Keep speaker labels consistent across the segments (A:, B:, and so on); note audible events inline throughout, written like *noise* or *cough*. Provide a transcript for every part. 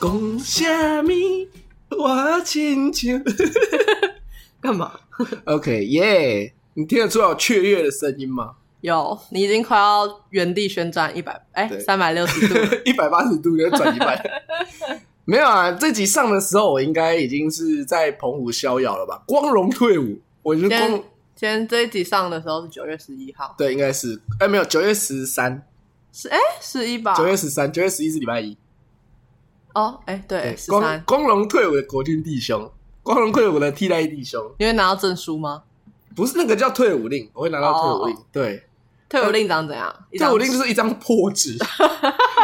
A: 讲什么？我亲像。
B: 干嘛？
A: *laughs* OK，耶、你听得出来我雀跃的声音吗？
B: 有，你已经快要原地旋转一百，哎，
A: 对
B: 三百六十度
A: *laughs*
B: 了。
A: 一百八十度就转一半。没有啊，这集上的时候，我应该已经是在澎湖逍遥了吧？光荣退伍，我就
B: 今
A: 光
B: 天今天这一集上的时候是九月十一号，
A: 对，应该是哎、没有九月十三，
B: 是哎十一吧？
A: 九月十三，九月十一是礼拜一。
B: 哦，哎对，十
A: 光
B: 三。
A: 光荣退伍的国军弟兄，光荣退伍的替代弟兄，
B: 你会拿到证书吗？
A: 不是那个叫退伍令，我会拿到退伍令。对，
B: 退伍令长怎样？一张
A: 呃退伍令就是一张破纸，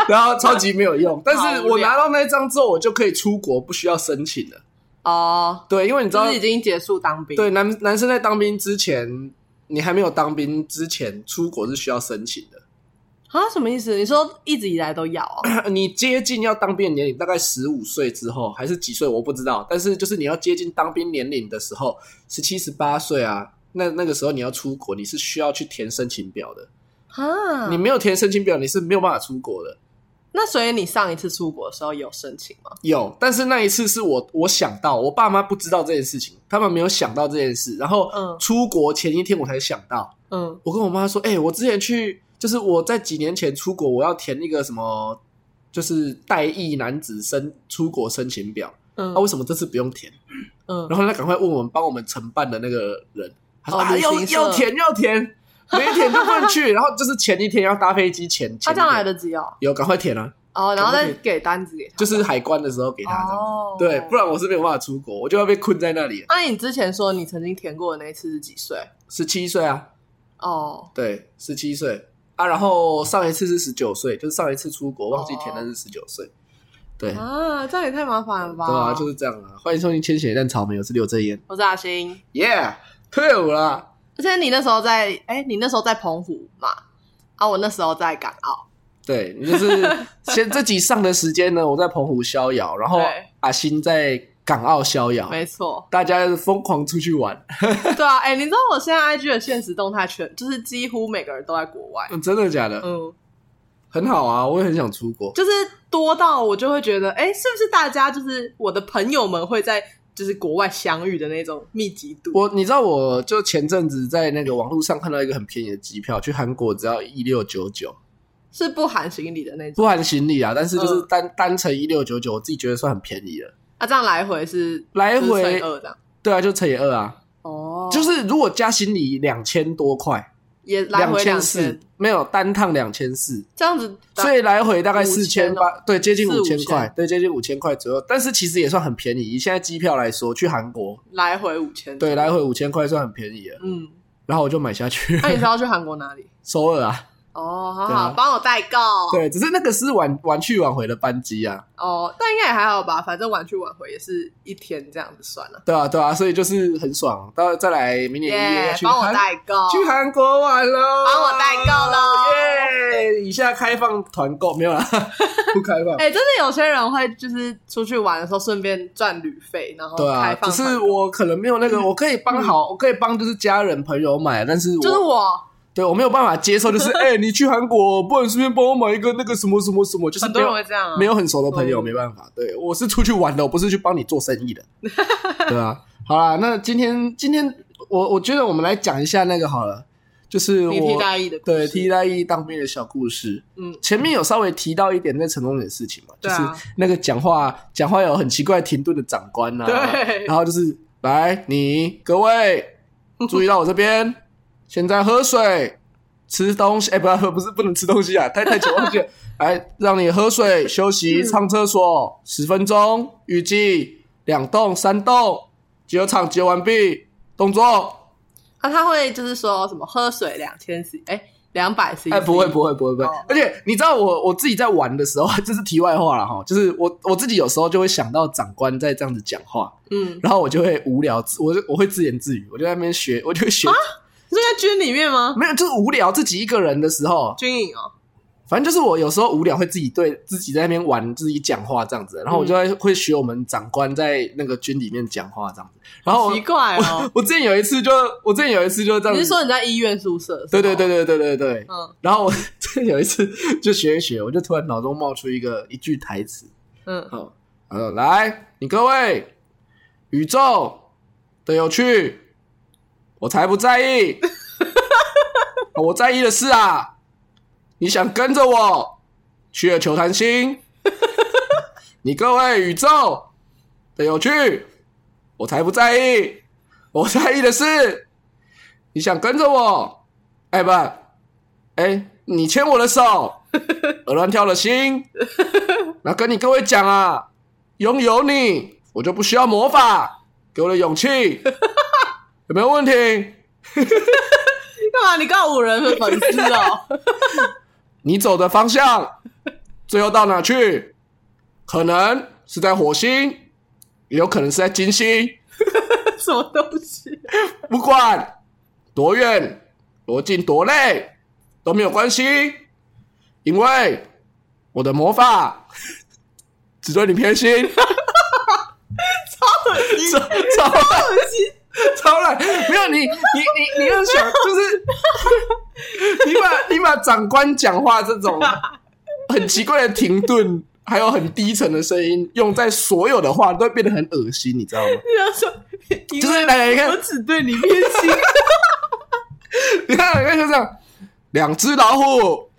A: 然后超级没有
B: *laughs*
A: 用。但是我拿到那张之后，我就可以出国，不需要申请了。
B: 哦，
A: 对，因为你知道
B: 就是已经结束当兵。
A: 对，男男生在当兵之前，你还没有当兵之前，出国是需要申请的。 *coughs*
B: 啊，什么意思？你说一直以来都要哦？
A: 你接近要当兵的年龄，大概十五岁之后，还是几岁我不知道，但是就是你要接近当兵年龄的时候，十七、十八岁啊，那那个时候你要出国，你是需要去填申请表的。
B: 啊，
A: 你没有填申请表，你是没有办法出国的。
B: 那所以你上一次出国的时候有申请吗？
A: 有，但是那一次是我我想到，我爸妈不知道这件事情，他们没有想到这件事，然后
B: 嗯
A: 出国前一天我才想到，
B: 嗯，
A: 我跟我妈说，哎、我之前去，就是我在几年前出国，我要填那个什么，就是代役男子申出国申请表，
B: 嗯
A: 啊，为什么这次不用填？
B: 嗯，
A: 然后他赶快问我们帮我们承办的那个人，他说、
B: 哦
A: 啊，
B: 旅
A: 要
B: 行社
A: 要填要填，没填就不能去。然后就是前一天要搭飞机前，前
B: 他
A: 一
B: 这样
A: 天
B: 来得及哦，
A: 有赶快填啊，
B: 哦，然后
A: 可不可
B: 再
A: 以
B: 给单子给他，
A: 就是海关的时候给他这样，
B: 哦，
A: 对，不然我是没有办法出国，我就要被困在那里。
B: 那、啊你之前说你曾经填过的那一次是几岁？
A: 十七岁啊，
B: 哦，
A: 对，十七岁啊，然后上一次是十九岁，就是上一次出国忘记填的是十九岁，对，对
B: 哦啊，这样也太麻烦了吧？
A: 啊，就是这样啊。欢迎收听《千禧蛋草莓》，我是刘正言
B: 我是阿星，
A: ，Yeah，退伍啦，
B: 而且你那时候在，哎、你那时候在澎湖嘛，啊，我那时候在港澳，
A: 对，就是
B: *laughs*
A: 先这集上的时间呢，我在澎湖逍遥，然后
B: 对
A: 阿星在港澳逍遥，
B: 没错，
A: 大家疯狂出去玩，
B: 对啊，哎、你知道我现在 IG 的现实动态全就是几乎每个人都在国外，
A: 嗯真的假的？
B: 嗯，
A: 很好啊，我也很想出国，
B: 就是多到我就会觉得，哎、是不是大家就是我的朋友们会在就是国外相遇的那种密集度？
A: 我你知道，我就前阵子在那个网络上看到一个很便宜的机票，去韩国只要一六九九，
B: 是不含行李的那种，
A: 不含行李啊，但是就是
B: 嗯
A: 单、单程一六九九，我自己觉得算很便宜了。
B: 啊，这样来回是
A: 来
B: 就是乘以
A: 回
B: 二这样，
A: 对啊，就乘以二啊，
B: 哦，
A: 就是如果加行李两千多块，
B: 也来回
A: 千
B: 两
A: 四
B: 千，
A: 没有单趟两千四，
B: 这样子打，
A: 所以来回大概四千
B: 5000
A: 八，对，接近
B: 哦四
A: 五千
B: 5000
A: 块，对，接近五千块左右。但是其实也算很便宜，以现在机票来说，去韩国
B: 来回五千，
A: 对来回五千块算很便宜了。
B: 嗯，
A: 然后我就买下去，
B: 那你是要去韩国哪里？
A: *laughs* 首尔啊，
B: 哦，好
A: 对啊
B: 好，帮我代购。
A: 对，只是那个是晚晚去晚回的班机啊，
B: 哦，但应该也还好吧，反正晚去晚回也是一天这样子算了。
A: 对啊，对啊，所以就是很爽。到再来明年一月
B: 耶
A: 要，去
B: 帮我
A: 韩
B: 代购，
A: 去韩国啊玩喽，
B: 帮我代购喽
A: 耶以下开放团购没有啦， *laughs* 不开放。
B: *laughs* 哎、真的有些人会就是出去玩的时候顺便赚旅费，然后
A: 对啊
B: 哦开，
A: 只
B: 放团。
A: 是我可能没有那
B: *laughs*
A: 个，我可以帮好，我可以帮就是家人朋友买，啊但是我
B: 就是我，
A: 对我没有办法接受，就是
B: *laughs*
A: 哎，你去韩国，不然顺便帮我买一个那个什么什么什么，就是
B: 很
A: 没
B: 多人
A: 有
B: 会这样、啊，
A: 没有很熟的朋友，
B: 嗯
A: 没办法。对我是出去玩的，我不是去帮你做生意的，对啊。好啦，那今天今天我我觉得我们来讲一下那个好了，就是
B: 你替
A: 我
B: 代役的故
A: 对
B: 事，
A: 替代役当兵的小故事。
B: 嗯
A: 前面有稍微提到一点在成功的事情嘛，就
B: 对
A: 是
B: 啊
A: 那个讲话讲话有很奇怪停顿的长官呐、
B: 对
A: 然后就是来你各
B: *laughs*
A: 位注意到我这边，现在喝水吃东西，哎、不不不是不能吃东西啊，太太
B: *laughs*
A: 久忘记了，来让你喝水休
B: 嗯
A: 息上厕所十分钟，预计两栋三栋，集合场集合完毕，动作。
B: 啊，他会就是说什么喝水两千 c，哎，两百 c，
A: 哎，不会，不会，不会，不会
B: 哦。
A: 而且你知道我我自己在玩的时候， *laughs* 这是题外话了哈，就是我我自己有时候就会想到长官在这样子讲话，
B: 嗯，
A: 然后我就会无聊，自我就我会自言自语，我就在那边学，我就会
B: 啊
A: 学，
B: 你说在军里面吗？
A: 没有，就是无聊自己一个人的时候，
B: 军营哦，
A: 反正就是我有时候无聊会自己对自己在那边玩，自己讲话这样子，然后我就会会学我们长官在那个军里面讲话这样子，然后我
B: 奇怪哦。
A: 我之前有一次就我之前有一次就这样
B: *laughs* 你
A: 子，
B: 是说你在医院宿舍？
A: 对对对，对对对对，
B: 嗯
A: 然后我 *laughs* 这有一次就学一学，我就突然脑中冒出一个一句台词，
B: 嗯，
A: 哦，呃，来，你各位，宇宙的有趣，我才不在意，啊我在意的是啊，你想跟着我去了球坛星，你各位宇宙的有趣，我才不在意，我在意的是你想跟着我，哎不，哎，你牵我的手，鹅乱跳的心，那跟你各位讲啊。拥有你，我就不需要魔法，给我的勇气，有没有问题？
B: 干嘛？你告五人的粉丝哦？
A: 你走的方向，最后到哪去？可能是在火星，也有可能是在金星，
B: *laughs* 什么东西？
A: 不管多远、多近、多累都没有关系，因为我的魔法
B: *laughs*
A: 只对你偏心，
B: 超恶心，
A: 超超
B: 超恶心！
A: *laughs* 超懒，没有你，你你你要想，就是
B: *laughs*
A: 你把你把长官讲话这种很奇怪的停顿，还有很低沉的声音，用在所有的话都会变得很恶心，你知道吗？
B: 你要说，因为
A: 就是来来你看
B: 我只对你偏心，
A: 你看，你看就这样，两只老虎，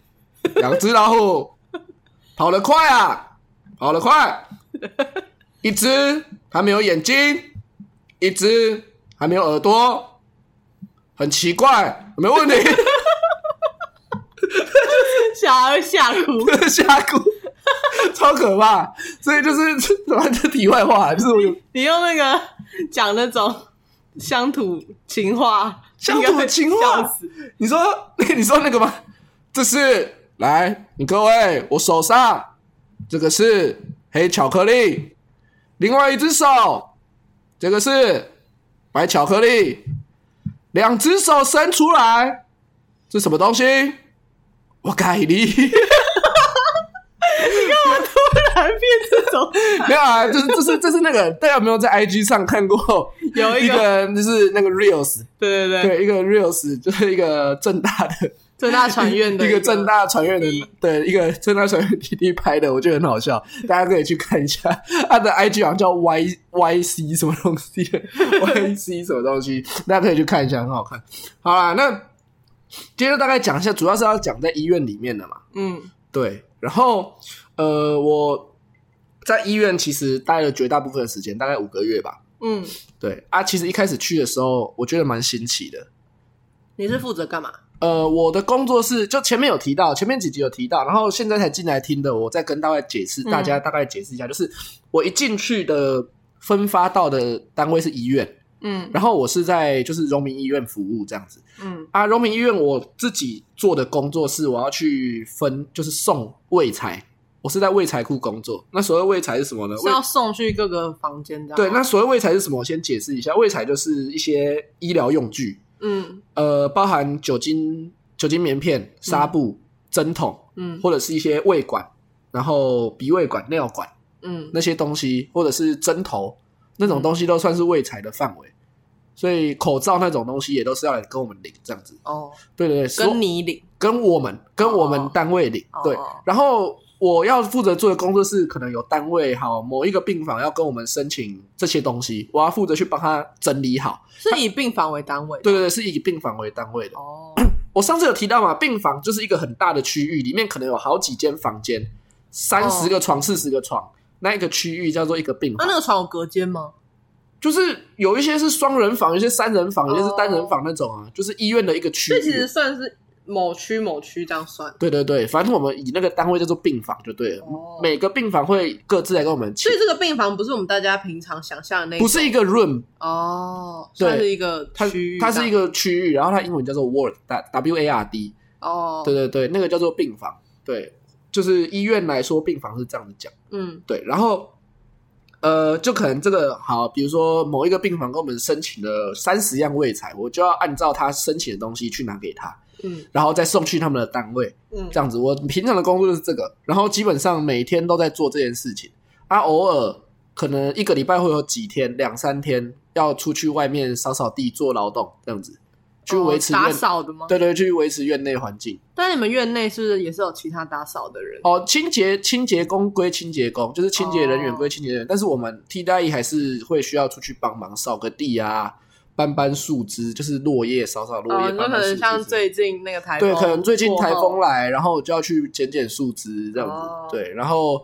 A: 两只老虎跑得快啊，跑得快，一只还没有眼睛，一只还没有耳朵，很奇怪，有没有问题？ *laughs*
B: 小孩吓哭。
A: 吓哭，超可怕。所以就是， *laughs* 反正题外话，就是我有
B: 你用那个讲那种乡土情话，
A: 乡土情
B: 应该会
A: 话
B: 笑死，
A: 你说 *laughs* 你说那个吗？这是来，你各位，我手上这个是黑巧克力，另外一只手这个是白巧克力，两只手伸出来，这什么东西？我改你。 *laughs*
B: 突然变这种，
A: 没有啊，就是这是这是那个大家有没有在 IG 上看过
B: 有一
A: 一
B: 个
A: 个就是那个 Reels，
B: 对对对，
A: 对，一个 Reels 就是一个正大的
B: 正大传院的
A: 一个正大传院的对一个正大传院弟弟拍的，我觉得很好 *laughs* 笑，大家可以去看一下。他的 IG 好像叫 Y Y C 什么东 *laughs* 西，Y C 什么东西，大家可以去看一下，很好看。好啦，那今天就大概讲一下，主要是要讲在医院里面的嘛。
B: 嗯
A: 对，然后呃，我在医院其实待了绝大部分的时间，大概五个月吧。
B: 嗯，
A: 对啊，其实一开始去的时候，我觉得蛮新奇的。
B: 你是负责干嘛？
A: 呃，我的工作是就前面有提到，前面几集有提到，然后现在才进来听的，我再跟大概解释，
B: 嗯
A: 大家大概解释一下，就是我一进去的分发到的单位是医院，
B: 嗯
A: 然后我是在就是荣民医院服务这样子。
B: 嗯
A: 啊，荣民医院我自己做的工作是我要去分，就是送卫材。我是在卫材库工作。那所谓卫材是什么呢？
B: 是
A: 卫
B: 要送去各个房间这样
A: 对，
B: 吗。
A: 那所谓卫材是什么？我先解释一下，卫材就是一些医疗用具，
B: 嗯
A: 呃，包含酒精、酒精棉片、纱布、针筒，
B: 嗯
A: 或者是一些胃管，然后鼻胃管、尿管
B: 嗯
A: 那些东西，或者是针头那种东西，都算是卫材的范围。所以口罩那种东西也都是要来跟我们领这样子。
B: 哦，
A: 对对对，所
B: 跟你领
A: 跟我们跟我们
B: 哦
A: 单位领、
B: 哦
A: 对，然后我要负责做的工作是，可能有单位好某一个病房要跟我们申请这些东西，我要负责去帮他整理好。
B: 是以病房为单位。
A: 对对对，是以病房为单位的。
B: 哦，
A: 我上次有提到嘛，病房就是一个很大的区域，里面可能有好几间房间，三
B: 哦
A: 十个床、四十个床，那一个区域叫做一个病
B: 那
A: 房。
B: 那个床有隔间吗？
A: 就是有一些是双人房，有一些三人房，有一些是
B: 哦
A: 单人房那种啊，就是医院的一个区
B: 这
A: 域。
B: 其实算是某区某区这样算，
A: 对对对，反正我们以那个单位叫做病房就对了。
B: 哦
A: 每个病房会各自来跟我们请
B: 所以，这个病房不是我们大家平常想象的那
A: 不是一个 room，
B: 哦，
A: 对
B: 算是一个
A: 它
B: 区域这
A: 它
B: 样，
A: 是一个区域，然后它英文叫做 ward w a r d，
B: 哦，
A: 对对对，那个叫做病房，对，就是医院来说病房是这样子讲，
B: 嗯
A: 对，然后。呃，就可能这个好，比如说某一个病房跟我们申请了三十样位材，我就要按照他申请的东西去拿给他，
B: 嗯
A: 然后再送去他们的单位。
B: 嗯
A: 这样子，我平常的工作就是这个，然后基本上每天都在做这件事情。啊，偶尔可能一个礼拜会有几天、两三天要出去外面扫扫地、做劳动，这样子去维持
B: 哦打
A: 院，
B: 扫的吗？
A: 对对，去维持院内环境。
B: 但你们院内是不是也是有其他打扫的人？
A: 哦，清洁清洁工归清洁工，就是清洁人员
B: 哦
A: 归清洁人员，但是我们替代役还是会需要出去帮忙扫个地啊，搬搬树枝，就是落叶扫扫落叶，
B: 哦，那
A: 搬搬
B: 可
A: 树
B: 能
A: 枝
B: 像
A: 之类的。
B: 最近那个台风
A: 对，
B: 过后，
A: 可能最近台风来，然后我就要去捡捡树枝这样子。
B: 哦
A: 对，然后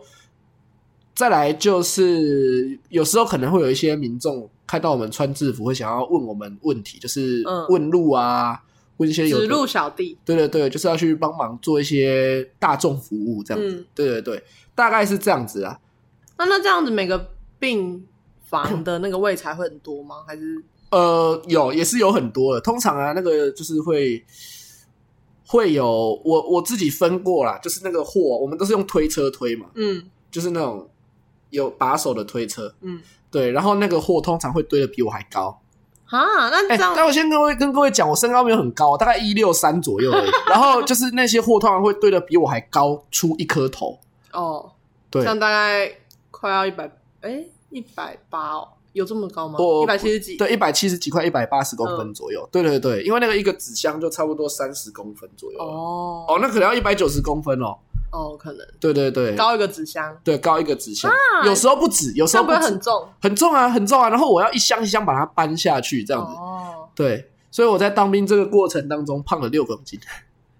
A: 再来就是有时候可能会有一些民众看到我们穿制服，会想要问我们问题，就是
B: 嗯
A: 问路啊，问一些有
B: 指
A: 的
B: 路小弟，
A: 对对对，就是要去帮忙做一些大众服务这样子。
B: 嗯
A: 对对对，大概是这样子啊。
B: 那那这样子每个病房的那个位才会很多吗？还是
A: 呃，有也是有很多的，通常啊，那个就是会会有我我自己分过啦，就是那个货，我们都是用推车推嘛，
B: 嗯
A: 就是那种有把手的推车。
B: 嗯
A: 对，然后那个货通常会堆的比我还高。
B: 啊？那
A: 哎、
B: 这样、
A: 但我先跟各位跟各位讲，我身高没有很高，大概一六三左右而已。然后就是那些货通常会堆的比我还高出一颗头。
B: 哦，
A: 对
B: 这，样大概快要一百，哎，一百八哦，有这么高吗？
A: 我
B: 一百七十几，嗯
A: 对，一百七十几块，一百八十公分左右。对对对，因为那个一个纸箱就差不多三十公分左右。哦
B: 哦
A: 那可能要一百九十公分哦。
B: 哦，可能
A: 对对对，
B: 高一个纸箱，
A: 对高一个纸箱，有时候不止，有时
B: 会
A: 候
B: 不
A: 不
B: 会
A: 止，
B: 很重？
A: 很重啊，很重啊。然后我要一箱一箱把它搬下去，这样子。
B: 哦，
A: 对，所以我在当兵这个过程当中胖了六公斤，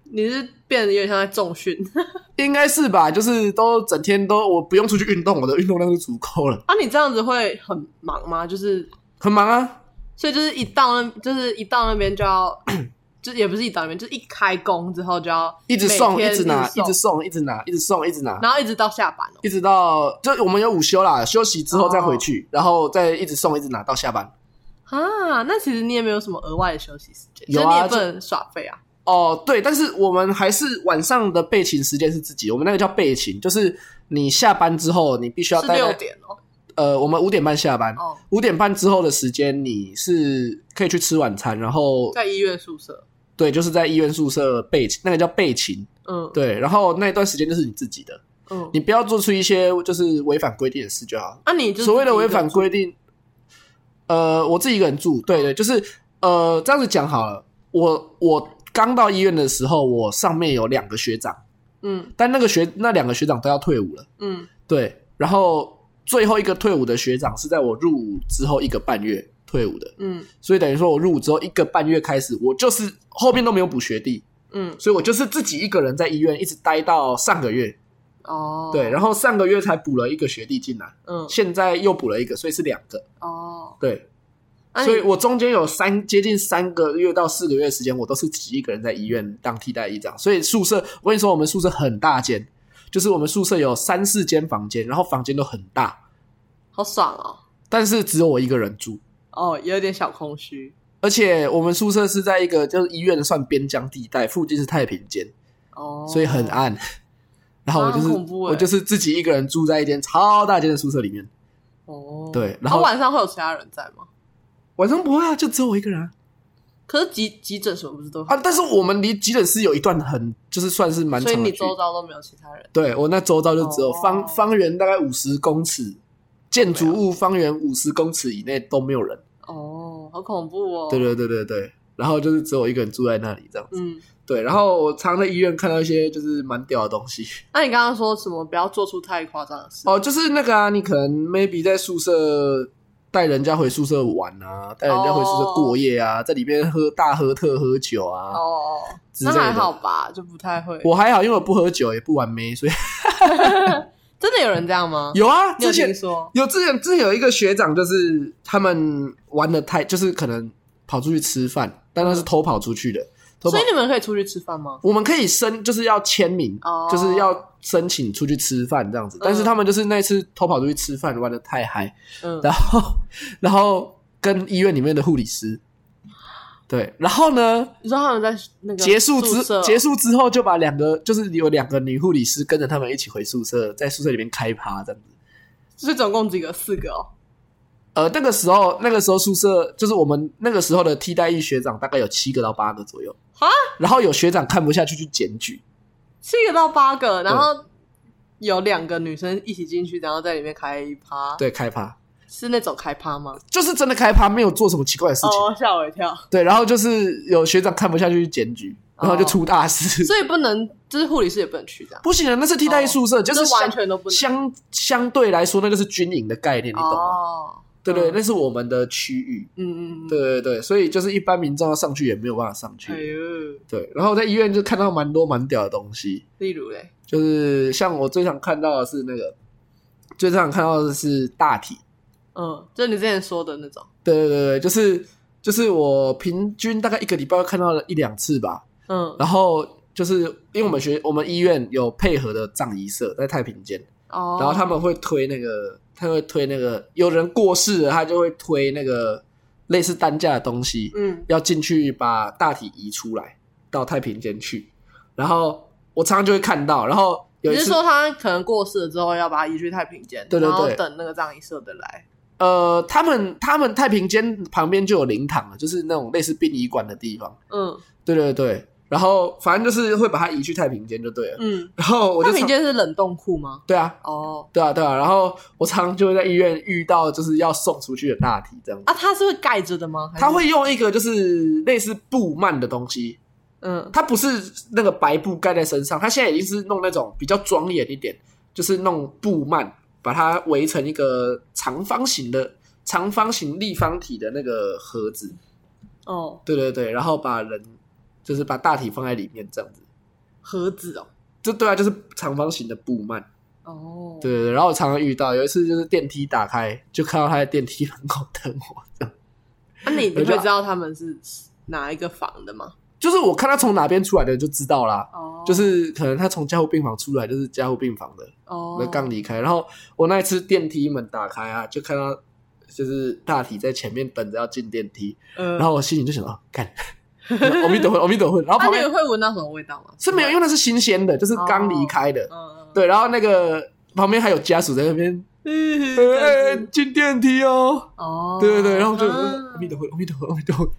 B: 你是变得有点像在重训 *laughs*
A: 应该是吧？就是都整天都我不用出去运动，我的运动量就足够了。
B: 啊？你这样子会很忙吗？就是
A: 很忙啊，
B: 所以就是一到那，就是一到那边就要， *clears throat* 就是也不是一到那边，就是一开工之后就要
A: 一直送，
B: 每天
A: 一直拿，一
B: 送
A: 直送，一直拿，一直送，一直拿。
B: 然后一直到下班哦。
A: 一直到就我们有午休啦，休息之后再回去，然后再一直送，一直拿到下班。
B: 啊，那其实你也没有什么额外的休息时间，
A: 有啊
B: 所以你也不
A: 这
B: 能耍废啊。
A: 哦，对，但是我们还是晚上的备勤时间是自己，我们那个叫备勤，就是你下班之后你必须要
B: 是
A: 待
B: 六
A: 在
B: 点哦，
A: 呃，我们五点半下班，
B: 哦，
A: 五、点半之后的时间你是可以去吃晚餐，然后
B: 在医院宿舍，
A: 对，就是在医院宿舍备勤，那个叫备勤，
B: 嗯，
A: 对，然后那一段时间就是你自己的，
B: 嗯，
A: 你不要做出一些就是违反规定的事就好了。
B: 那你就
A: 所谓的
B: 自己
A: 违
B: 一个
A: 反
B: 人
A: 规定，呃，我自己一个人住，对对，就是呃，这样子讲好了。我我刚到医院的时候，我上面有两个学长，
B: 嗯
A: 但那个学那两个学长都要退伍了，
B: 嗯，
A: 对。然后最后一个退伍的学长是在我入伍之后一个半月退伍的，
B: 嗯
A: 所以等于说我入伍之后一个半月开始，我就是后面都没有补学弟，
B: 嗯，
A: 所以我就是自己一个人在医院一直待到上个月，
B: 哦，
A: 对，然后上个月才补了一个学弟进来，
B: 嗯
A: 现在又补了一个，所以是两个，
B: 哦，
A: 对。
B: 那你
A: 所以我中间有三接近三个月到四个月的时间，我都是自己一个人在医院当替代医长。所以宿舍，我跟你说，我们宿舍很大间，就是我们宿舍有三四间房间，然后房间都很大，
B: 好爽哦，
A: 但是只有我一个人住。
B: 哦，有点小空虚
A: 而且我们宿舍是在一个就是医院算边疆地带，附近是太平间，
B: 哦，
A: 所以很啊暗。然后我就是、
B: 啊很恐怖欸
A: 我就是自己一个人住在一间超大间的宿舍里面，
B: 哦，
A: 对然
B: 那
A: 后
B: 晚上会有其他人在吗？
A: 晚上不会啊，就只有我一个人啊。
B: 可是急急诊什么不是都
A: 啊但是我们离急诊室有一段很就是算是蛮
B: 所
A: 长
B: 以
A: 的
B: 你
A: 距离
B: 周。遭都没有其他人
A: 对我那周遭就只有方、
B: 哦
A: 方圆大概五十公尺，建筑物方圆五十公尺以内都没有人。
B: 哦，好恐怖哦。
A: 对，对对对对，然后就是只有我一个人住在那里这样子。
B: 嗯，
A: 对，然后我常在医院看到一些就是蛮屌的东西
B: 那你刚刚说什么？不要做出太夸张的事。
A: 哦，就是那个啊，你可能 maybe 在宿舍带人家回宿舍玩啊，带人家回宿舍过夜啊，在里面喝大喝特喝酒啊。
B: 哦，
A: 之
B: 那
A: 类的
B: 还好吧，就不太会。
A: 我还好，因为我不喝酒也不玩妹，所以 *laughs*
B: 真的有人这样吗？
A: 有啊，
B: 你有
A: 之前
B: 听说？
A: 有之前之前有一个学长，就是他们玩的太，就是可能跑出去吃饭，但他是偷跑出去的，偷跑
B: 所以。你们可以出去吃饭吗？
A: 我们可以申，就是要签名，
B: 哦
A: 就是要申请出去吃饭这样子。但是他们就是那次偷跑出去吃饭，玩的太嗨，
B: 嗯，
A: 然后 *laughs* 然后跟医院里面的护理师，对，然后呢，
B: 你说他们在那个
A: 结束
B: 宿
A: 之
B: 舍哦
A: 结束之后就把两个就是有两个女护理师跟着他们一起回宿舍，在宿舍里面开趴这样子。
B: 所以总共几个？四个哦。
A: 呃，那个时候，那个时候宿舍就是我们那个时候的替代役学长，大概有七个到八个左右。
B: 啊，
A: 然后有学长看不下去去检举，
B: 七个到八个，然后有两个女生一起进去，然后在里面开趴。
A: 对，开趴。
B: 是那种开趴吗？
A: 就是真的开趴，没有做什么奇怪的事情。
B: 哦，吓我一跳。
A: 对，然后就是有学长看不下去去检举，然后就出大事。
B: 哦所以不能，就是护理师也不能去这样，
A: *laughs* 不行的，那是替代宿舍，就是
B: 这完
A: 相
B: 全都不能。
A: 相相对来说，那个是军营的概念，你懂吗？
B: 哦，
A: 对对，
B: 嗯
A: 那是我们的区域。
B: 嗯嗯嗯，
A: 对对对，所以就是一般民众要上去也没有办法上
B: 哎
A: 去。
B: 呦，
A: 对，然后在医院就看到蛮多蛮屌的东西，
B: 例如嘞，
A: 就是像我最常看到的是那个，最常看到的是大体。
B: 嗯，就是你之前说的那种，
A: 对对对对，就是就是我平均大概一个礼拜会看到了一两次吧。
B: 嗯，
A: 然后就是因为我们学我们医院有配合的葬仪社在太平间，
B: 哦，
A: 然后他们会推那个，他会推那个，有人过世了，他就会推那个类似担架的东西，
B: 嗯，
A: 要进去把大体移出来到太平间去。然后我常常就会看到，然后有
B: 你
A: 一
B: 是
A: 次，
B: 说他可能过世了之后要把他移去太平间，
A: 对对对
B: 然后等那个葬仪社的来，
A: 呃，他们他们太平间旁边就有灵堂了，就是那种类似殡仪馆的地方。
B: 嗯
A: 对对对，然后反正就是会把它移去太平间就对了。
B: 嗯，
A: 然后我就
B: 太平
A: 常
B: 间是冷冻库吗？
A: 对啊，
B: 哦，
A: 对啊，对啊，然后我常常就会在医院遇到就是要送出去的大体这样子，
B: 啊，它是会盖着的吗？还是
A: 他，会用一个就是类似布幔的东西，
B: 嗯
A: 它不是那个白布盖在身上，它现在已经是弄那种比较庄严一点，就是弄布幔把它围成一个长方形的长方形立方体的那个盒子，
B: 哦，
A: 对对对，然后把人就是把大体放在里面这样子，
B: 盒子哦，
A: 这对啊，就是长方形的布幔。
B: 哦，
A: 对对对，然后我常常遇到，有一次就是电梯打开，就看到他在电梯门口等我，这样
B: 那啊你你
A: 我就
B: 会知道他们是哪一个房的吗？
A: 就是我看他从哪边出来的就知道啦，
B: 哦，
A: 就是可能他从加护病房出来就是加护病房的，
B: 哦
A: 那，刚离开，然后我那一次电梯门打开啊，就看到就是大体在前面等着要进电梯，
B: 呃，
A: 然后我心里就想到， *laughs* 看，阿弥陀佛，阿弥陀佛，然后
B: 那
A: 旁
B: 啊你
A: 边
B: 会闻到什么味道吗？
A: 是没有，因为那是新鲜的，就是刚离开的，
B: 嗯， *laughs*
A: 对，然后那个旁边还有家属在那边，
B: 嗯，
A: 哎、
B: 这样子
A: 进电梯哦，
B: 哦，
A: 对对对，然后就
B: 啊
A: 阿弥陀佛，阿弥陀佛，阿弥陀佛，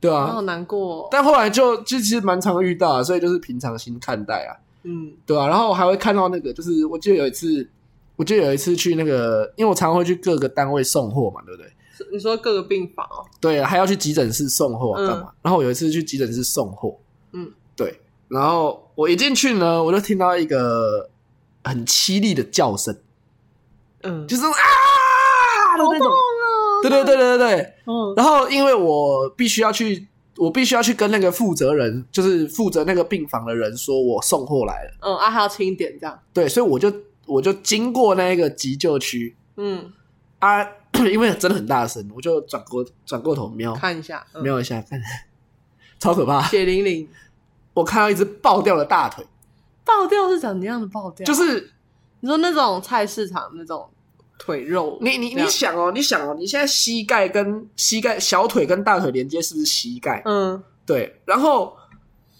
A: 对
B: 我好
A: 啊。
B: 难过哦，
A: 但后来就就其实蛮常遇到啊，所以就是平常心看待啊，
B: 嗯
A: 对啊。然后我还会看到那个，就是我记得有一次，我记得有一次去那个，因为我常常会去各个单位送货嘛，对不对？
B: 是你说各个病房哦，
A: 对，啊还要去急诊室送货啊
B: 嗯
A: 干嘛？然后我有一次去急诊室送货，
B: 嗯，
A: 对。然后我一进去呢，我就听到一个很凄厉的叫声，
B: 嗯，
A: 就是啊的
B: 好
A: 那
B: 痛
A: 种，
B: 哦，
A: 对对对对对对。
B: 嗯，
A: 然后因为我必须要去，我必须要去跟那个负责人，就是负责那个病房的人说我送货来了，
B: 嗯，啊，还要轻点这样，
A: 对，所以我就我就经过那个急救区
B: 嗯，
A: 啊， *coughs* 因为真的很大声，我就转过转过头瞄
B: 看一下，嗯
A: 瞄一下，看，超可怕！
B: 血淋淋，
A: 我看到一只爆掉的大腿，
B: 爆掉是怎样的爆掉？
A: 就是
B: 你说那种菜市场那种腿肉，
A: 你你
B: 这
A: 你
B: 样
A: 想哦，你想哦，你现在膝盖跟膝盖小腿跟大腿连接是不是膝盖？
B: 嗯，
A: 对，然后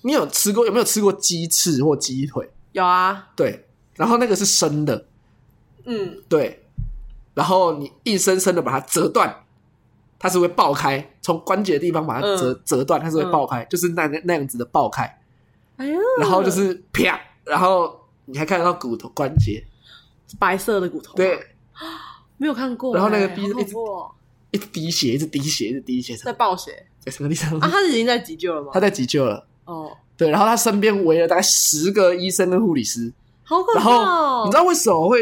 A: 你有吃过有没有吃过鸡翅或鸡腿？
B: 有啊，
A: 对，然后那个是生的，
B: 嗯，
A: 对，然后你硬生生的把它折断，它是会爆开，从关节的地方把它折、折断，它是会爆开，就是那那样子的爆开，
B: 哎呀，
A: 然后就是啪，然后你还看得到骨头关节，
B: 白色的骨头，啊
A: 对，，
B: 没有看过欸，
A: 然后那个
B: 好
A: 逼一
B: 恐
A: 直
B: 怖哦
A: 一直滴血，一直滴血，一直滴血，
B: 在
A: 在
B: 暴血
A: 在什么地上？
B: 啊，他是已经在急救了吗
A: 他？在急救了，
B: 哦，
A: 对，然后他身边围了大概十个医生跟护理师，
B: 好可
A: 然
B: 怕
A: 后
B: 哦，
A: 你知道为什么我会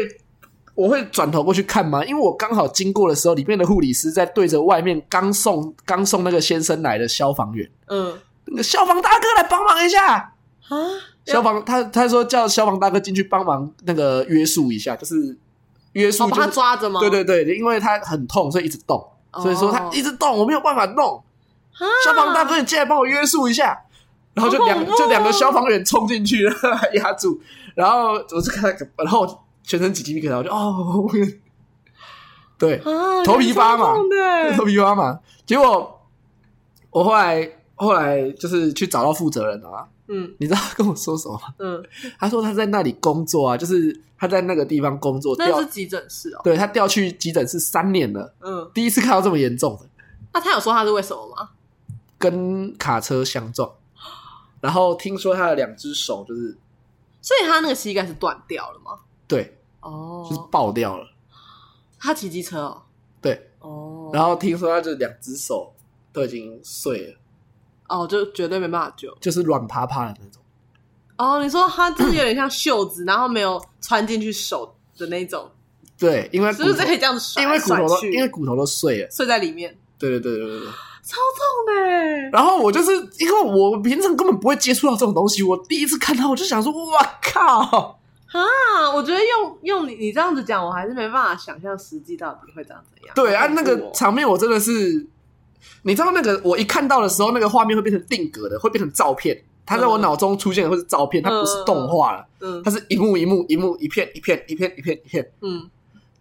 A: 我会转头过去看吗？因为我刚好经过的时候，里面的护理师在对着外面刚送刚送那个先生来的消防员，
B: 嗯
A: 那个消防大哥来帮忙一下。
B: 啊，
A: 消防他他说叫消防大哥进去帮忙那个约束一下，就是约束、
B: 我
A: 就
B: 把
A: 是
B: 哦他抓着吗？
A: 对对对，因为他很痛，所以一直动，
B: 哦，
A: 所以说他一直动，我没有办法弄。
B: 啊
A: 消防大哥，你进来帮我约束一下。然后就两
B: 好恐怖哦
A: 就两个消防员冲进去， *laughs* 然后把他压住，然后我就看他，然后我全身起鸡皮疙瘩，我就哦， *laughs* 对，
B: 啊，
A: 头皮发麻
B: 蛮痛的欸
A: 头皮发麻。结果我后来后来就是去找到负责人啊，
B: 嗯
A: 你知道他跟我说什么吗？
B: 嗯，
A: 他说他在那里工作啊，就是他在那个地方工作，
B: 那
A: 调
B: 是急诊室哦，
A: 对他调去急诊室三年了，
B: 嗯，
A: 第一次看到这么严重的。
B: 那他有说他是为什么吗？
A: 跟卡车相撞，然后听说他的两只手就是
B: 所以他那个膝盖是断掉了吗？
A: 对，就是
B: 哦，
A: 爆掉了。
B: 他骑机车哦，
A: 对，
B: 哦，
A: 然后听说他就是两只手都已经碎了，
B: 哦，就绝对没办法救。
A: 就是软趴趴的那种。
B: 哦，你说它就是有点像袖子，然后没有穿进去手的那种，
A: 对，因为骨
B: 是不是
A: 头，
B: 可以这样子甩
A: 因为
B: 来
A: 骨头
B: 甩
A: 都
B: 去？
A: 因为骨头都碎了。
B: 睡在里面，
A: 对对对对对对。
B: 超痛的欸。
A: 然后我就是因为我平常根本不会接触到这种东西，我第一次看到我就想说，哇靠！
B: 啊，我觉得用用你你这样子讲，我还是没办法想象实际到底会长怎样。
A: 对啊，
B: 好恐
A: 那
B: 怖
A: 个
B: 哦
A: 场面我真的是，你知道那个我一看到的时候，那个画面会变成定格的，会变成照片，它在我
B: 嗯
A: 脑中出现的会是照片，它不是动画了，
B: 嗯
A: 它是一幕一幕一幕一片一片一片一片一片。
B: 嗯，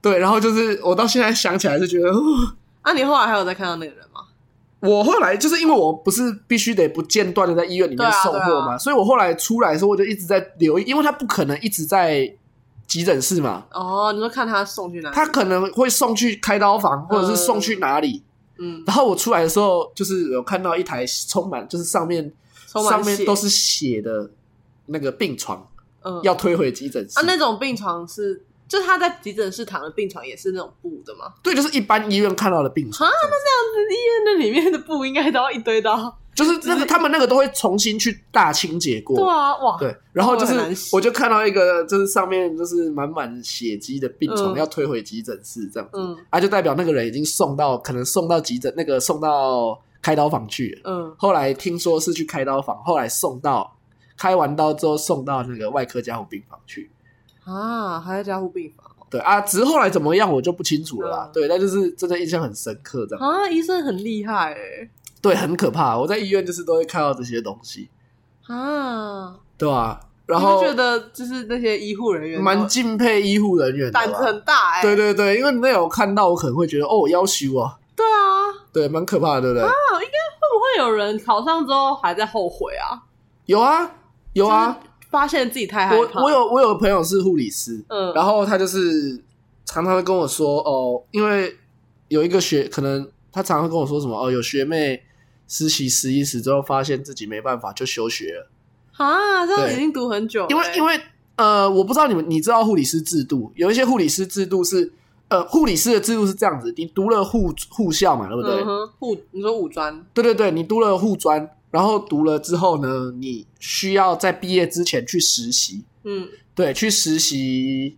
A: 对，然后就是我到现在想起来是觉得，哦
B: 那、啊你后来还有再看到那个人吗？
A: 我后来就是因为我不是必须得不间断的在医院里
B: 对
A: 面
B: 啊
A: 送
B: 对
A: 货
B: 啊
A: 嘛，所以我后来出来的时候我就一直在留意，因为他不可能一直在急诊室嘛，
B: 哦，你说看他送去哪里？
A: 他可能会送去开刀房或者是送去哪里。
B: 嗯，
A: 然后我出来的时候，就是有看到一台充满，就是上面
B: 充满
A: 上面
B: 血
A: 都是血的那个病床，
B: 嗯
A: 要推回急诊室。
B: 啊，那种病床是，就是他在急诊室躺的病床也是那种布的吗？
A: 对，就是一般医院看到的病床，
B: 啊，那医院那里面的布应该都要一堆刀。
A: 就是那个他们那个都会重新去大清洁过。
B: 对啊，哇，
A: 对，然后就
B: 会很难洗
A: 是我就看到一个，就是上面就是满满血迹的病床、
B: 嗯
A: 要推回急诊室这样子，
B: 嗯
A: 啊，就代表那个人已经送到，可能送到急诊那个送到开刀房去了。
B: 嗯，
A: 后来听说是去开刀房，后来送到开完刀之后送到那个外科加护病房去。
B: 啊，还在加护病房
A: 对啊，只是后来怎么样我就不清楚了啦。
B: 嗯
A: 对，但就是真的印象很深刻，这样
B: 啊，医生很厉害哎、
A: 对，很可怕。我在医院就是都会看到这些东西，
B: 啊，
A: 对吧、然后
B: 你就觉得就是那些医护人员都
A: 蛮敬佩医护人员的
B: 胆子
A: 啦。
B: 很大哎、
A: 对对对，因为那有看到，我可能会觉得哦，要求啊，
B: 对啊，会
A: 对，蛮可怕的，对不对？
B: 不会有人考上之后还在后悔啊？
A: 有啊，有啊，
B: 发现自己太害怕，
A: 我我有我有朋友是护理师，
B: 嗯，
A: 然后他就是常常会跟我说，哦，因为有一个学，可能他常常会跟我说什么，哦，有学妹实习实一实之后，发现自己没办法就休学了，
B: 啊，这样
A: 对
B: 已经读很久了欸、
A: 因为因为呃，我不知道你们你知道护理师制度，有一些护理师制度是呃，护理师的制度是这样子，你读了护护校嘛，对不对？
B: 嗯哼，护你说武专，
A: 对对对，你读了护专，然后读了之后呢，你需要在毕业之前去实习，
B: 嗯
A: 对，去实习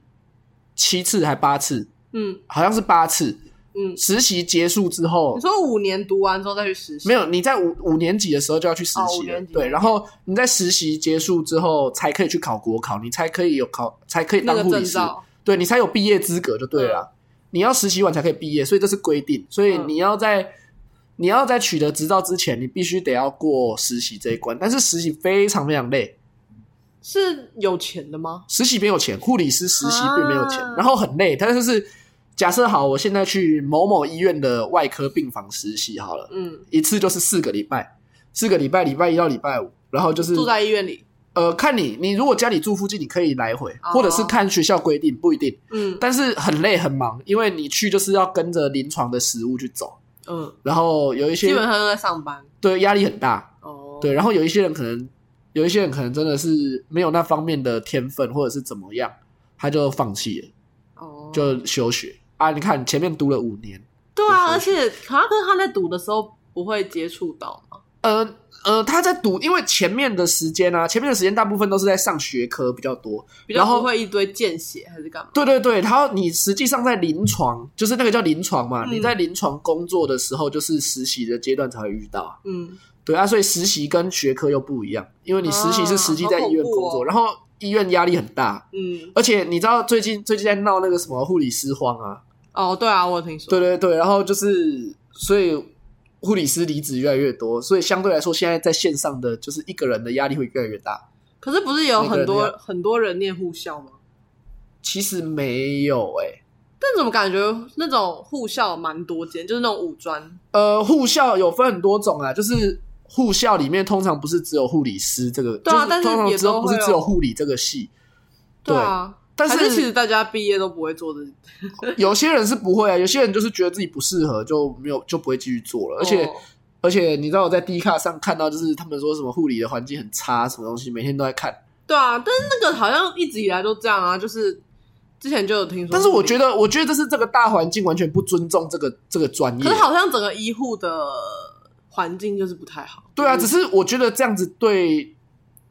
A: 七次还八次，
B: 嗯
A: 好像是八次。
B: 嗯，
A: 实习结束之后
B: 你，说五年读完之后再去实习，
A: 没有你在五五年级的时候就要去实
B: 哦五
A: 习了，
B: 年级
A: 对，然后你在实习结束之后才可以去考国考，你才可以有考，才可以
B: 那
A: 当
B: 个
A: 护
B: 证
A: 理师，
B: 照，
A: 对你才有毕业资格就对了啦。你要实习完才可以毕业，所以这是规定，所以
B: 嗯
A: 你要在、你要在取得执照之前，你必须得要过实习这一关，但是实习非常非常累。
B: 是有钱的吗？
A: 实习没有钱，护理师实习并没有钱，
B: 啊
A: 然后很累。但是就是假设好，我现在去某某医院的外科病房实习好了，
B: 嗯，
A: 一次就是四个礼拜，四个礼拜，礼拜一到礼拜五，然后就是
B: 住在医院里，
A: 呃，看你你如果家里住附近，你可以来回，
B: 哦
A: 或者是看学校规定，不一定，
B: 嗯
A: 但是很累很忙，因为你去就是要跟着临床的食物去走，
B: 嗯，
A: 然后有一
B: 基
A: 些
B: 本上都在上班
A: 对压力很大，
B: 哦，
A: 对，然后有一些人可能有一些人可能真的是没有那方面的天分，或者是怎么样，他就放弃了。
B: 哦，
A: 就休学啊！你看前面读了五年，
B: 对啊，
A: 就
B: 而且好像跟他在读的时候不会接触到嘛，
A: 呃呃，他在读，因为前面的时间啊，前面的时间大部分都是在上学科比较多。
B: 比较
A: 然后
B: 不会一堆见血还是干嘛？
A: 对对对，他你实际上在临床，就是那个叫临床嘛，
B: 嗯
A: 你在临床工作的时候，就是实习的阶段才会遇到啊。
B: 嗯
A: 对啊，所以实习跟学科又不一样，因为你实习是实际在医院工
B: 啊好恐怖
A: 作，
B: 哦
A: 然后医院压力很大，
B: 嗯，
A: 而且你知道最近最近在闹那个什么护理师荒啊，
B: 哦，对啊，我有听说，
A: 对对对，然后就是，所以护理师离职越来越多，所以相对来说，现在在线上的就是一个人的压力会越来越大。
B: 可是不是有很多
A: 每个人
B: 很多人念护校吗？
A: 其实没有欸诶、
B: 但怎么感觉那种护校蛮多间，就是那种五专，
A: 呃，护校有分很多种啊，就是护校里面通常不是只有护理师这个，
B: 对啊
A: 就是
B: 但是
A: 通常
B: 也
A: 只有
B: 都
A: 不
B: 会
A: 是只有
B: 有
A: 护理这个系，
B: 啊。
A: 但
B: 还
A: 是
B: 是其实大家毕业都不会做的，
A: 有些人是不会啊，有些人就是觉得自己不适合，就没有就不会继续做了，而且。
B: 哦
A: 而且你知道我在 D 卡上看到，就是他们说什么护理的环境
B: 嗯
A: 很差，什么东西，每天都在看。
B: 对啊，但是那个好像一直以来都这样啊，就是之前就有听说，
A: 但是我觉得，我觉得这是这个大环境完全不尊重这个这个专业
B: 可是。好像整个医护的环境就是不太好。
A: 对啊，
B: 就
A: 只
B: 是
A: 是我觉得这样子对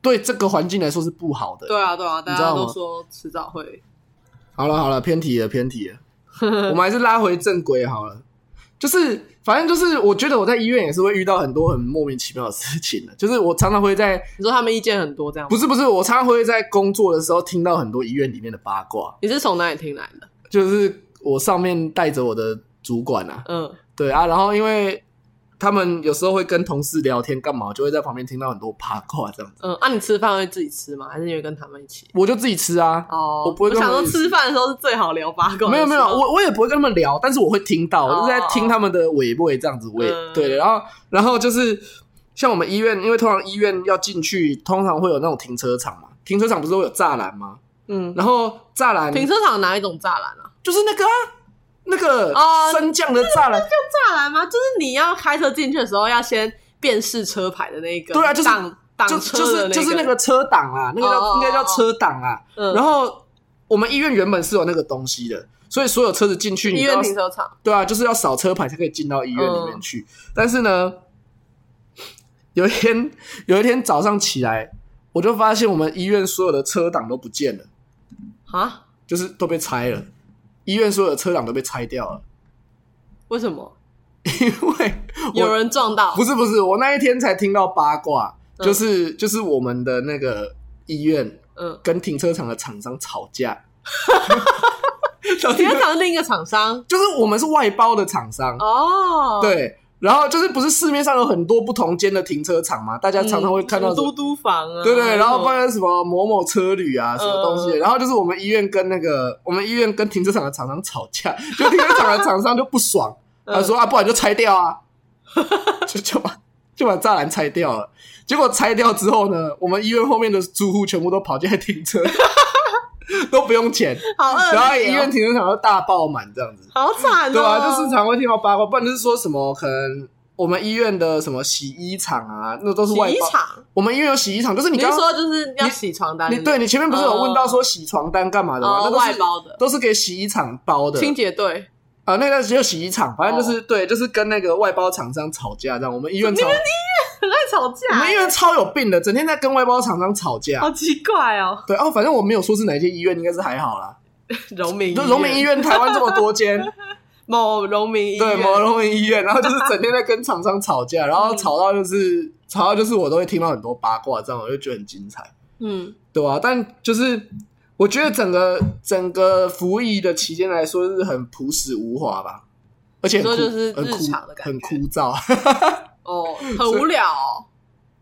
A: 对这个环境来说是不好的。
B: 对啊，对啊，大
A: 知
B: 家
A: 道吗
B: 都说迟早会。
A: 好了好了，偏题了偏题了， *laughs* 我们还是拉回正轨好了。就是反正就是，我觉得我在医院也是会遇到很多很莫名其妙的事情的。就是我常常会在
B: 你说他们意见很多这样吗
A: 不？是不是，我常常会在工作的时候听到很多医院里面的八卦。
B: 你是从哪里听来的？
A: 就是我上面带着我的主管啊，
B: 嗯，
A: 对啊，然后因为他们有时候会跟同事聊天干嘛，我就会在旁边听到很多八卦这样子。
B: 嗯，啊，你吃饭会自己吃吗？还是你会跟他们一起？
A: 我就自己吃啊，
B: 哦，
A: 我不会跟
B: 想
A: 他
B: 说
A: 们一起
B: 吃饭的时候是最好聊八卦。
A: 没有没有，我我也不会跟他们聊，但是我会听到，我
B: 哦
A: 就在听他们的尾部这样子，我也、
B: 嗯
A: 对，然后然后就是像我们医院，因为通常医院要进去，通常会有那种停车场嘛，停车场不是会有栅栏吗？
B: 嗯，
A: 然后栅栏
B: 停车场哪一种栅栏啊？
A: 就是那个、啊、那个
B: 哦
A: 升降的栅栏，
B: 栅栏吗？就是你要开车进去的时候，要先辨识车牌的那个，
A: 对啊就是
B: 挡挡
A: 就
B: 车
A: 就是
B: 的
A: 就是那
B: 个，
A: 个车挡啊，那个
B: 哦哦
A: 叫
B: 哦
A: 应该叫车挡啊。
B: 嗯，
A: 然后我们医院原本是有那个东西的，所以所有车子进去，你
B: 医
A: 都要
B: 院停车场，
A: 对啊，就是要扫车牌才可以进到医院里面去。
B: 哦
A: 但是呢，有一天有一天早上起来，我就发现我们医院所有的车挡都不见了，
B: 啊？
A: 就是都被拆了，医院所有的车挡都被拆掉了，
B: 为什么？
A: 因为我
B: 有人撞到？
A: 不是不是，我那一天才听到八卦，
B: 嗯
A: 就是就是我们的那个医院
B: 嗯，
A: 跟停车场的厂商吵
B: *laughs*
A: 架。然后
B: 停车场是另一个厂商
A: 就是我们是外包的厂商，
B: 哦，，
A: 对。然后就是不是市面上有很多不同间的停车场嘛？大家常常会看到
B: 嗯什
A: 什
B: 么
A: 么、
B: 嘟嘟房啊，
A: 对对，然后包
B: 然
A: 括什么某某车旅啊，什么东西的。
B: 嗯
A: 然后就是我们医院跟那个我们医院跟停车场的厂商吵架，就停车场的厂商就不爽，
B: 嗯
A: 他说啊，不然就拆掉啊，就就把就把栅栏拆掉了。结果拆掉之后呢，我们医院后面的住户全部都跑进来停车， *laughs* 都不用钱，
B: 好恶劣哦，
A: 然后医院停车场都大爆满这样子。
B: 好惨哦，
A: 啊对啊，就是常会听到八卦，不然就是说什么可能我们医院的什么洗衣厂啊，那都是外
B: 洗衣
A: 包。
B: 场，
A: 我们医院有洗衣厂，就是你
B: 你
A: 刚
B: 是
A: 刚
B: 说就是要洗床单，
A: 你对你前面不是有问到说洗床单干嘛的吗？
B: 啊哦
A: 那都是
B: 外包的
A: 都是给洗衣厂包的
B: 清洁哦队，
A: 啊。那个只有洗衣厂，反正就是、对，就是跟那个外包厂商吵架这样。我们医院吵，
B: 很爱吵
A: 我
B: 架
A: 们医，院超有啊病的，整天在跟外包厂商吵架。
B: 好奇怪哦，
A: 对哦，反正我没有说是哪间医院，应该是还好啦。
B: 荣民
A: 就荣民医院，台湾这么多间，
B: 某荣民医
A: 对，
B: 院，嗯
A: 毛绒医院，然后就是整天在跟厂商吵架，然后吵到就是吵到就是我都会听到很多八卦，这样我就觉得很精彩，
B: 嗯，
A: 对啊？但就是我觉得整个整个服役的期间来说是很朴实无华吧，而且很
B: 你说
A: 枯
B: 就是
A: 很
B: 日常的
A: 枯
B: 感觉
A: 很枯燥， *laughs*
B: 哦，很无聊哦，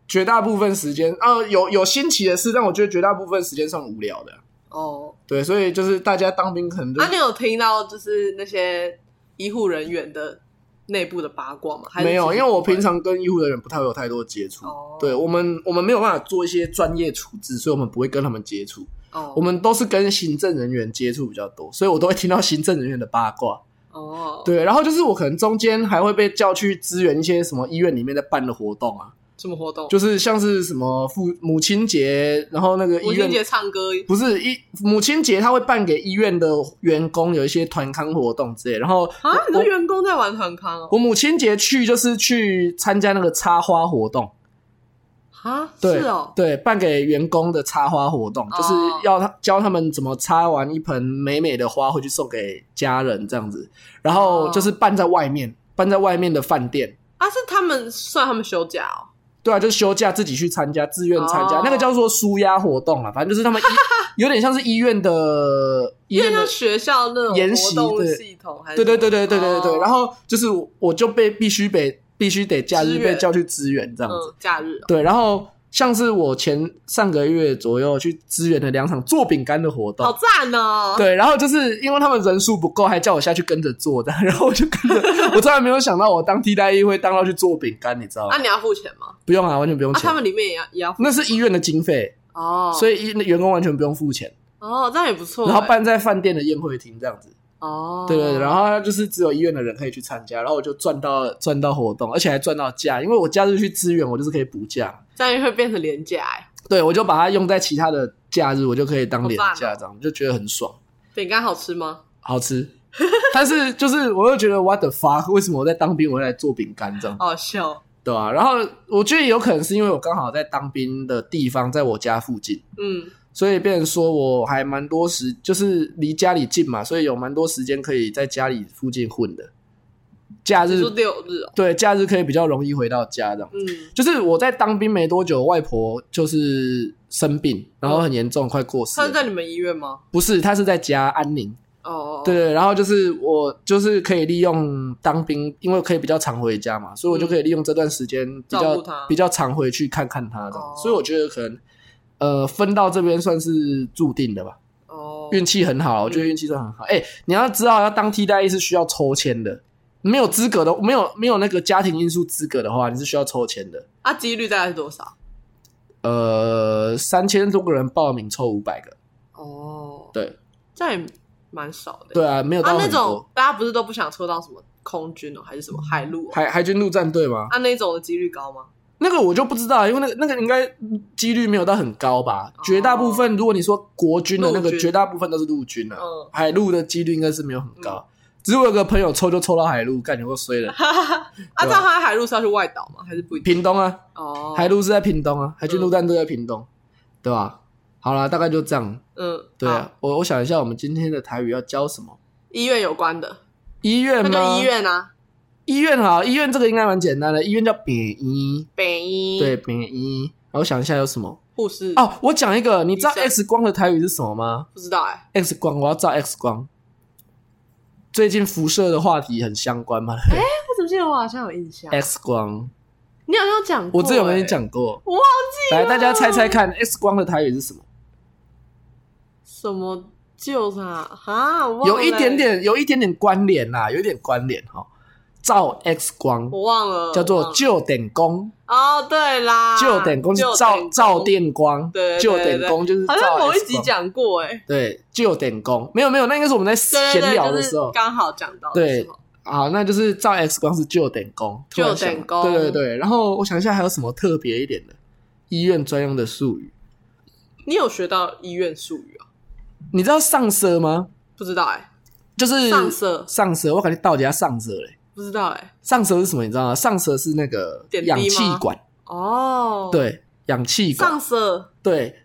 A: 绝大部分时间呃有有新奇的事，但我觉得绝大部分时间算无聊的，
B: 哦，
A: 对，所以就是大家当兵可能就
B: 啊，
A: 是
B: 你有听到就是那些医护人员的内部的八卦吗？还是
A: 没有，
B: 其实
A: 因为我
B: 不会
A: 平常跟医护人员不太会有太多接触。
B: 哦
A: 对我们，我们没有办法做一些专业处置，所以我们不会跟他们接触。
B: 哦，
A: 我们都是跟行政人员接触比较多，所以我都会听到行政人员的八卦。
B: 哦，
A: 对，然后就是我可能中间还会被叫去支援一些什么医院里面在办的活动啊，
B: 什么活动？
A: 就是像是什么父母亲节，然后那个医
B: 母亲
A: 院
B: 节唱歌
A: 不是一母亲节，他会办给医院的员工有一些团康活动之类，然后
B: 啊，你的员工在玩团康哦？
A: 我母亲节去就是去参加那个插花活动，
B: 啊，
A: 对，
B: 是哦，
A: 对，办给员工的插花活动，
B: 哦
A: 就是要他教他们怎么插完一盆美美的花回去送给家人这样子，然后
B: 哦
A: 就是办在外面，办在外面的饭店。
B: 啊，是他们算他们休假哦。
A: 对啊，就是休假自己去参加，自愿参加、
B: 哦
A: 那个叫做舒压活动啊啦，反正就是他们
B: *laughs*
A: 医有点像是医院的医
B: 因为
A: 院的
B: 像学校那种
A: 研习
B: 活动
A: 对
B: 系统，还是
A: 对对对对对对对对。
B: 哦
A: 然后就是我我就被必须被必须得假
B: 支
A: 日
B: 援
A: 被叫去支援这样子。
B: 嗯，假日哦
A: 对，然后像是我前上个月左右去支援了两场做饼干的活动
B: 好，赞哦！，
A: 对，然后就是因为他们人数不够，还叫我下去跟着做的，然后我就跟
B: *laughs*
A: 着，我从来没有想到我当替代役会当到去做饼干，你知道吗
B: 啊，？你要付钱吗？
A: 不用啊，完全不用
B: 啊，
A: 钱
B: 他，们里面也要也要付
A: 那是医院的经费，
B: 哦，
A: 所
B: 以
A: 以医员工完全不用付钱，
B: 哦，这样也不错欸。
A: 然后办在饭店的宴会厅这样子，
B: 哦，
A: 对对，对然
B: 后
A: 后就是只有医院的人可以去参加，然后我就赚到赚到活动，而且还赚到假，因为我假日去支援，我就是可以补假，
B: 这样也会变成廉价欸。
A: 对我就把它用在其他的假日，我就可以当
B: 好
A: 年
B: 棒哦
A: 假，这样就觉得很爽。
B: 饼干好吃吗？
A: 好吃。但是就是我又觉得 what the fuck，为什么我在当兵我会来做饼干这样？
B: 好笑，
A: 对啊，然后我觉得有可能是因为我刚好在当兵的地方在我家附近，
B: 嗯
A: 所以变成说我还蛮多时，就是离家里近嘛，所以有蛮多时间可以在家里附近混的。假
B: 你
A: 日
B: 说六日哦，
A: 对，假日可以比较容易回到家这样。
B: 嗯，
A: 就是我在当兵没多久，外婆就是生病，然后很严重，快过世
B: 他是在
A: 了。
B: 你们医院吗？
A: 不是，她是在家安宁。
B: 哦哦，哦
A: 对，对，然后就是我就是可以利用当兵，因为可以比较常回家嘛，所以我就可以利用这段时间比
B: 嗯照
A: 较
B: 顾她
A: 比较常回去看看她这样。
B: 哦
A: 所以我觉得可能呃分到这边算是注定的吧，
B: 哦，
A: 运气很好，我觉得运气算很好。哎、你要知道，要当替代役是需要抽签的，没有资格的，没有没有那个家庭因素资格的话，你是需要抽签的。
B: 啊，几率大概是多少？
A: 呃，三千多个人报名抽五百个，
B: 哦，
A: 对
B: 这样也蛮少的。
A: 对啊，没有
B: 啊，
A: 到
B: 那
A: 很
B: 种
A: 多。
B: 大家不是都不想抽到什么空军哦，还是什么海陆、哦？
A: 海海军陆战队吗？
B: 啊，那种的几率高吗？
A: 那个我就不知道，因为那个那个应该几率没有到很高吧。
B: 哦
A: 绝大部分，如果你说国军的那
B: 陆
A: 个，
B: 军
A: 绝大部分都是陆军啊，
B: 嗯，
A: 海陆的几率应该是没有很高。只有我有个朋友抽就抽到海陆，干有个衰的。
B: 啊，这样他在海陆是要去外岛吗？还是不一定？
A: 屏东啊，
B: 哦，
A: 海陆是在屏东啊，海军
B: 嗯
A: 陆战队在屏东，对吧？好啦，大概就这样。
B: 嗯，
A: 对
B: 好，
A: 啊，我我想一下，我们今天的台语要教什么？
B: 医院有关的，
A: 医院
B: 那
A: 吗？
B: 就医院啊，
A: 医院好，医院这个应该蛮简单的，医院叫扁医，
B: 北医，
A: 对，，扁医。然后我想一下有什么
B: 护士，
A: 哦，我讲一个，你知道
B: 医生
A: X 光的台语是什么吗
B: 不知道哎，
A: ？X 光，我要照 X 光。最近辐射的话题很相关
B: *laughs*
A: 嘛、
B: 我怎么记得我好像有印象？
A: x 光，
B: 你好像讲过，
A: 我之前有跟你
B: 哎，
A: 讲过，
B: 我忘记
A: 来
B: 了，
A: 大家猜猜看，X 光的台语是什么？
B: 什么就是啊，哈，我忘了
A: 有一点，点，有一点点关联啦，有一点关联哈、哦。照 X 光
B: 我忘了，
A: 叫
B: 我忘
A: 做
B: 了
A: 就点工，
B: 哦，对啦，
A: 就点工是
B: 就
A: 照
B: 等
A: 照，电光，
B: 对对
A: 就
B: 对
A: 点
B: 对
A: 工就是
B: 好像
A: 照
B: 某一
A: X
B: 集
A: 光
B: 讲过哎，
A: 对，就有点工，没有没有，那应该是我们在
B: 对对
A: 闲
B: 对，
A: 聊的
B: 就是
A: 时候。
B: 刚好讲到的时候，
A: 好，那就是照 X 光是就有点工，突然想
B: 就有点工
A: 对对对。然后我想一下还有什么特别一点的医院专用的术语，
B: 你有学到医院术语啊？
A: 你知道上色吗？
B: 不知道哎，
A: 就是
B: 上色
A: 上色，我感觉到底要上色嘞。
B: 不知道哎，
A: 上色是什么？你知道吗？上色是那个
B: 点滴吗
A: 氧气管，
B: 哦，，
A: 对，氧气管，
B: 上色，
A: 对。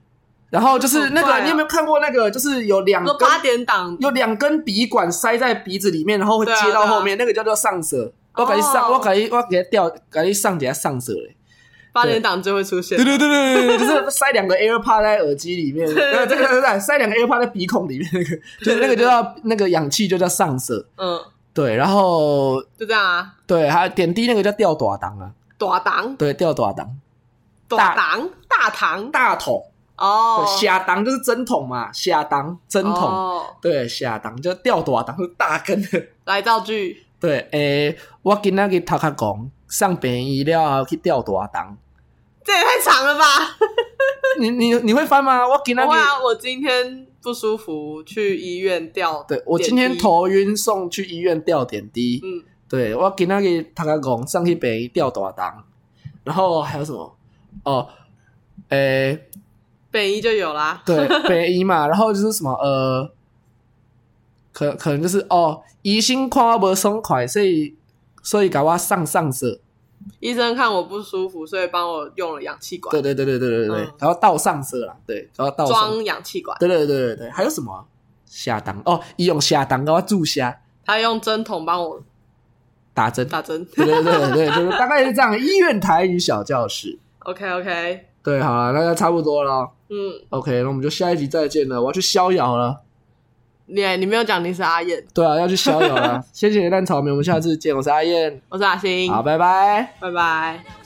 A: 然后就是那
B: 好快
A: 个，
B: 啊
A: 你有没有看过那个？就是有两
B: 你
A: 根
B: 说八点档
A: 有两根鼻管塞在鼻子里面，然后会
B: 对啊
A: 接到后面，那个叫做上舌。我感觉上，
B: 哦
A: 我感觉我感觉掉，感觉上给它上舌嘞。
B: 八点档就会出现
A: 对，对对对对对，就是塞两个 AirPod 在耳机里面，
B: 对
A: 那这个对塞两个 AirPod 在鼻孔里面，那个就是那个就叫那个氧气就叫上舌。
B: 嗯，
A: 对，然后
B: 就这样啊，
A: 对，还有点滴那个叫吊短档啊，
B: 大档
A: 对，吊短档，
B: 大档大堂
A: 大桶，
B: 哦
A: 对，下档就是针筒嘛，下档针筒，
B: 哦，
A: 对，下档就吊短档，是大根的。
B: 来造句
A: 对，诶、我今仔日头壳讲上便宜了后去吊大档，
B: 这也太长了吧？
A: 你你你会翻吗？我今仔
B: 不会
A: 日
B: 啊，我今天不舒服，去医院吊。
A: 对我今天，头晕，送去医院吊点滴。
B: 嗯，
A: 对我今仔日头壳讲上去便宜吊大档，然后还有什么？哦，诶、
B: 北医就有啦。 *laughs*
A: 对，便宜嘛，然后就是什么呃，可可能就是哦，医生看我无爽快，所以所以给我上上色。
B: 医生看我不舒服，所以帮我用了氧气管
A: 对对对对对对对，
B: 嗯
A: 然后倒上色啦，对，然后倒上
B: 装氧气管，
A: 对对对对对，还有什么啊、下档哦，伊用下档给我注下
B: 他用针筒帮我
A: 打针，
B: 打针。 *laughs*
A: 对对对对，就是大概是这样。医院台语小教室，
B: OK OK，
A: 对，好了，那就差不多了。
B: 嗯，
A: OK，那我们就下一集再见了。我要去逍遥了，
B: 你你没有讲你是阿燕，
A: 对啊，要去
B: *laughs*
A: 逍遥了。谢谢你的烂草莓，我们下次见。我是阿燕，
B: 嗯我是阿星，
A: 好，拜拜。
B: 拜拜。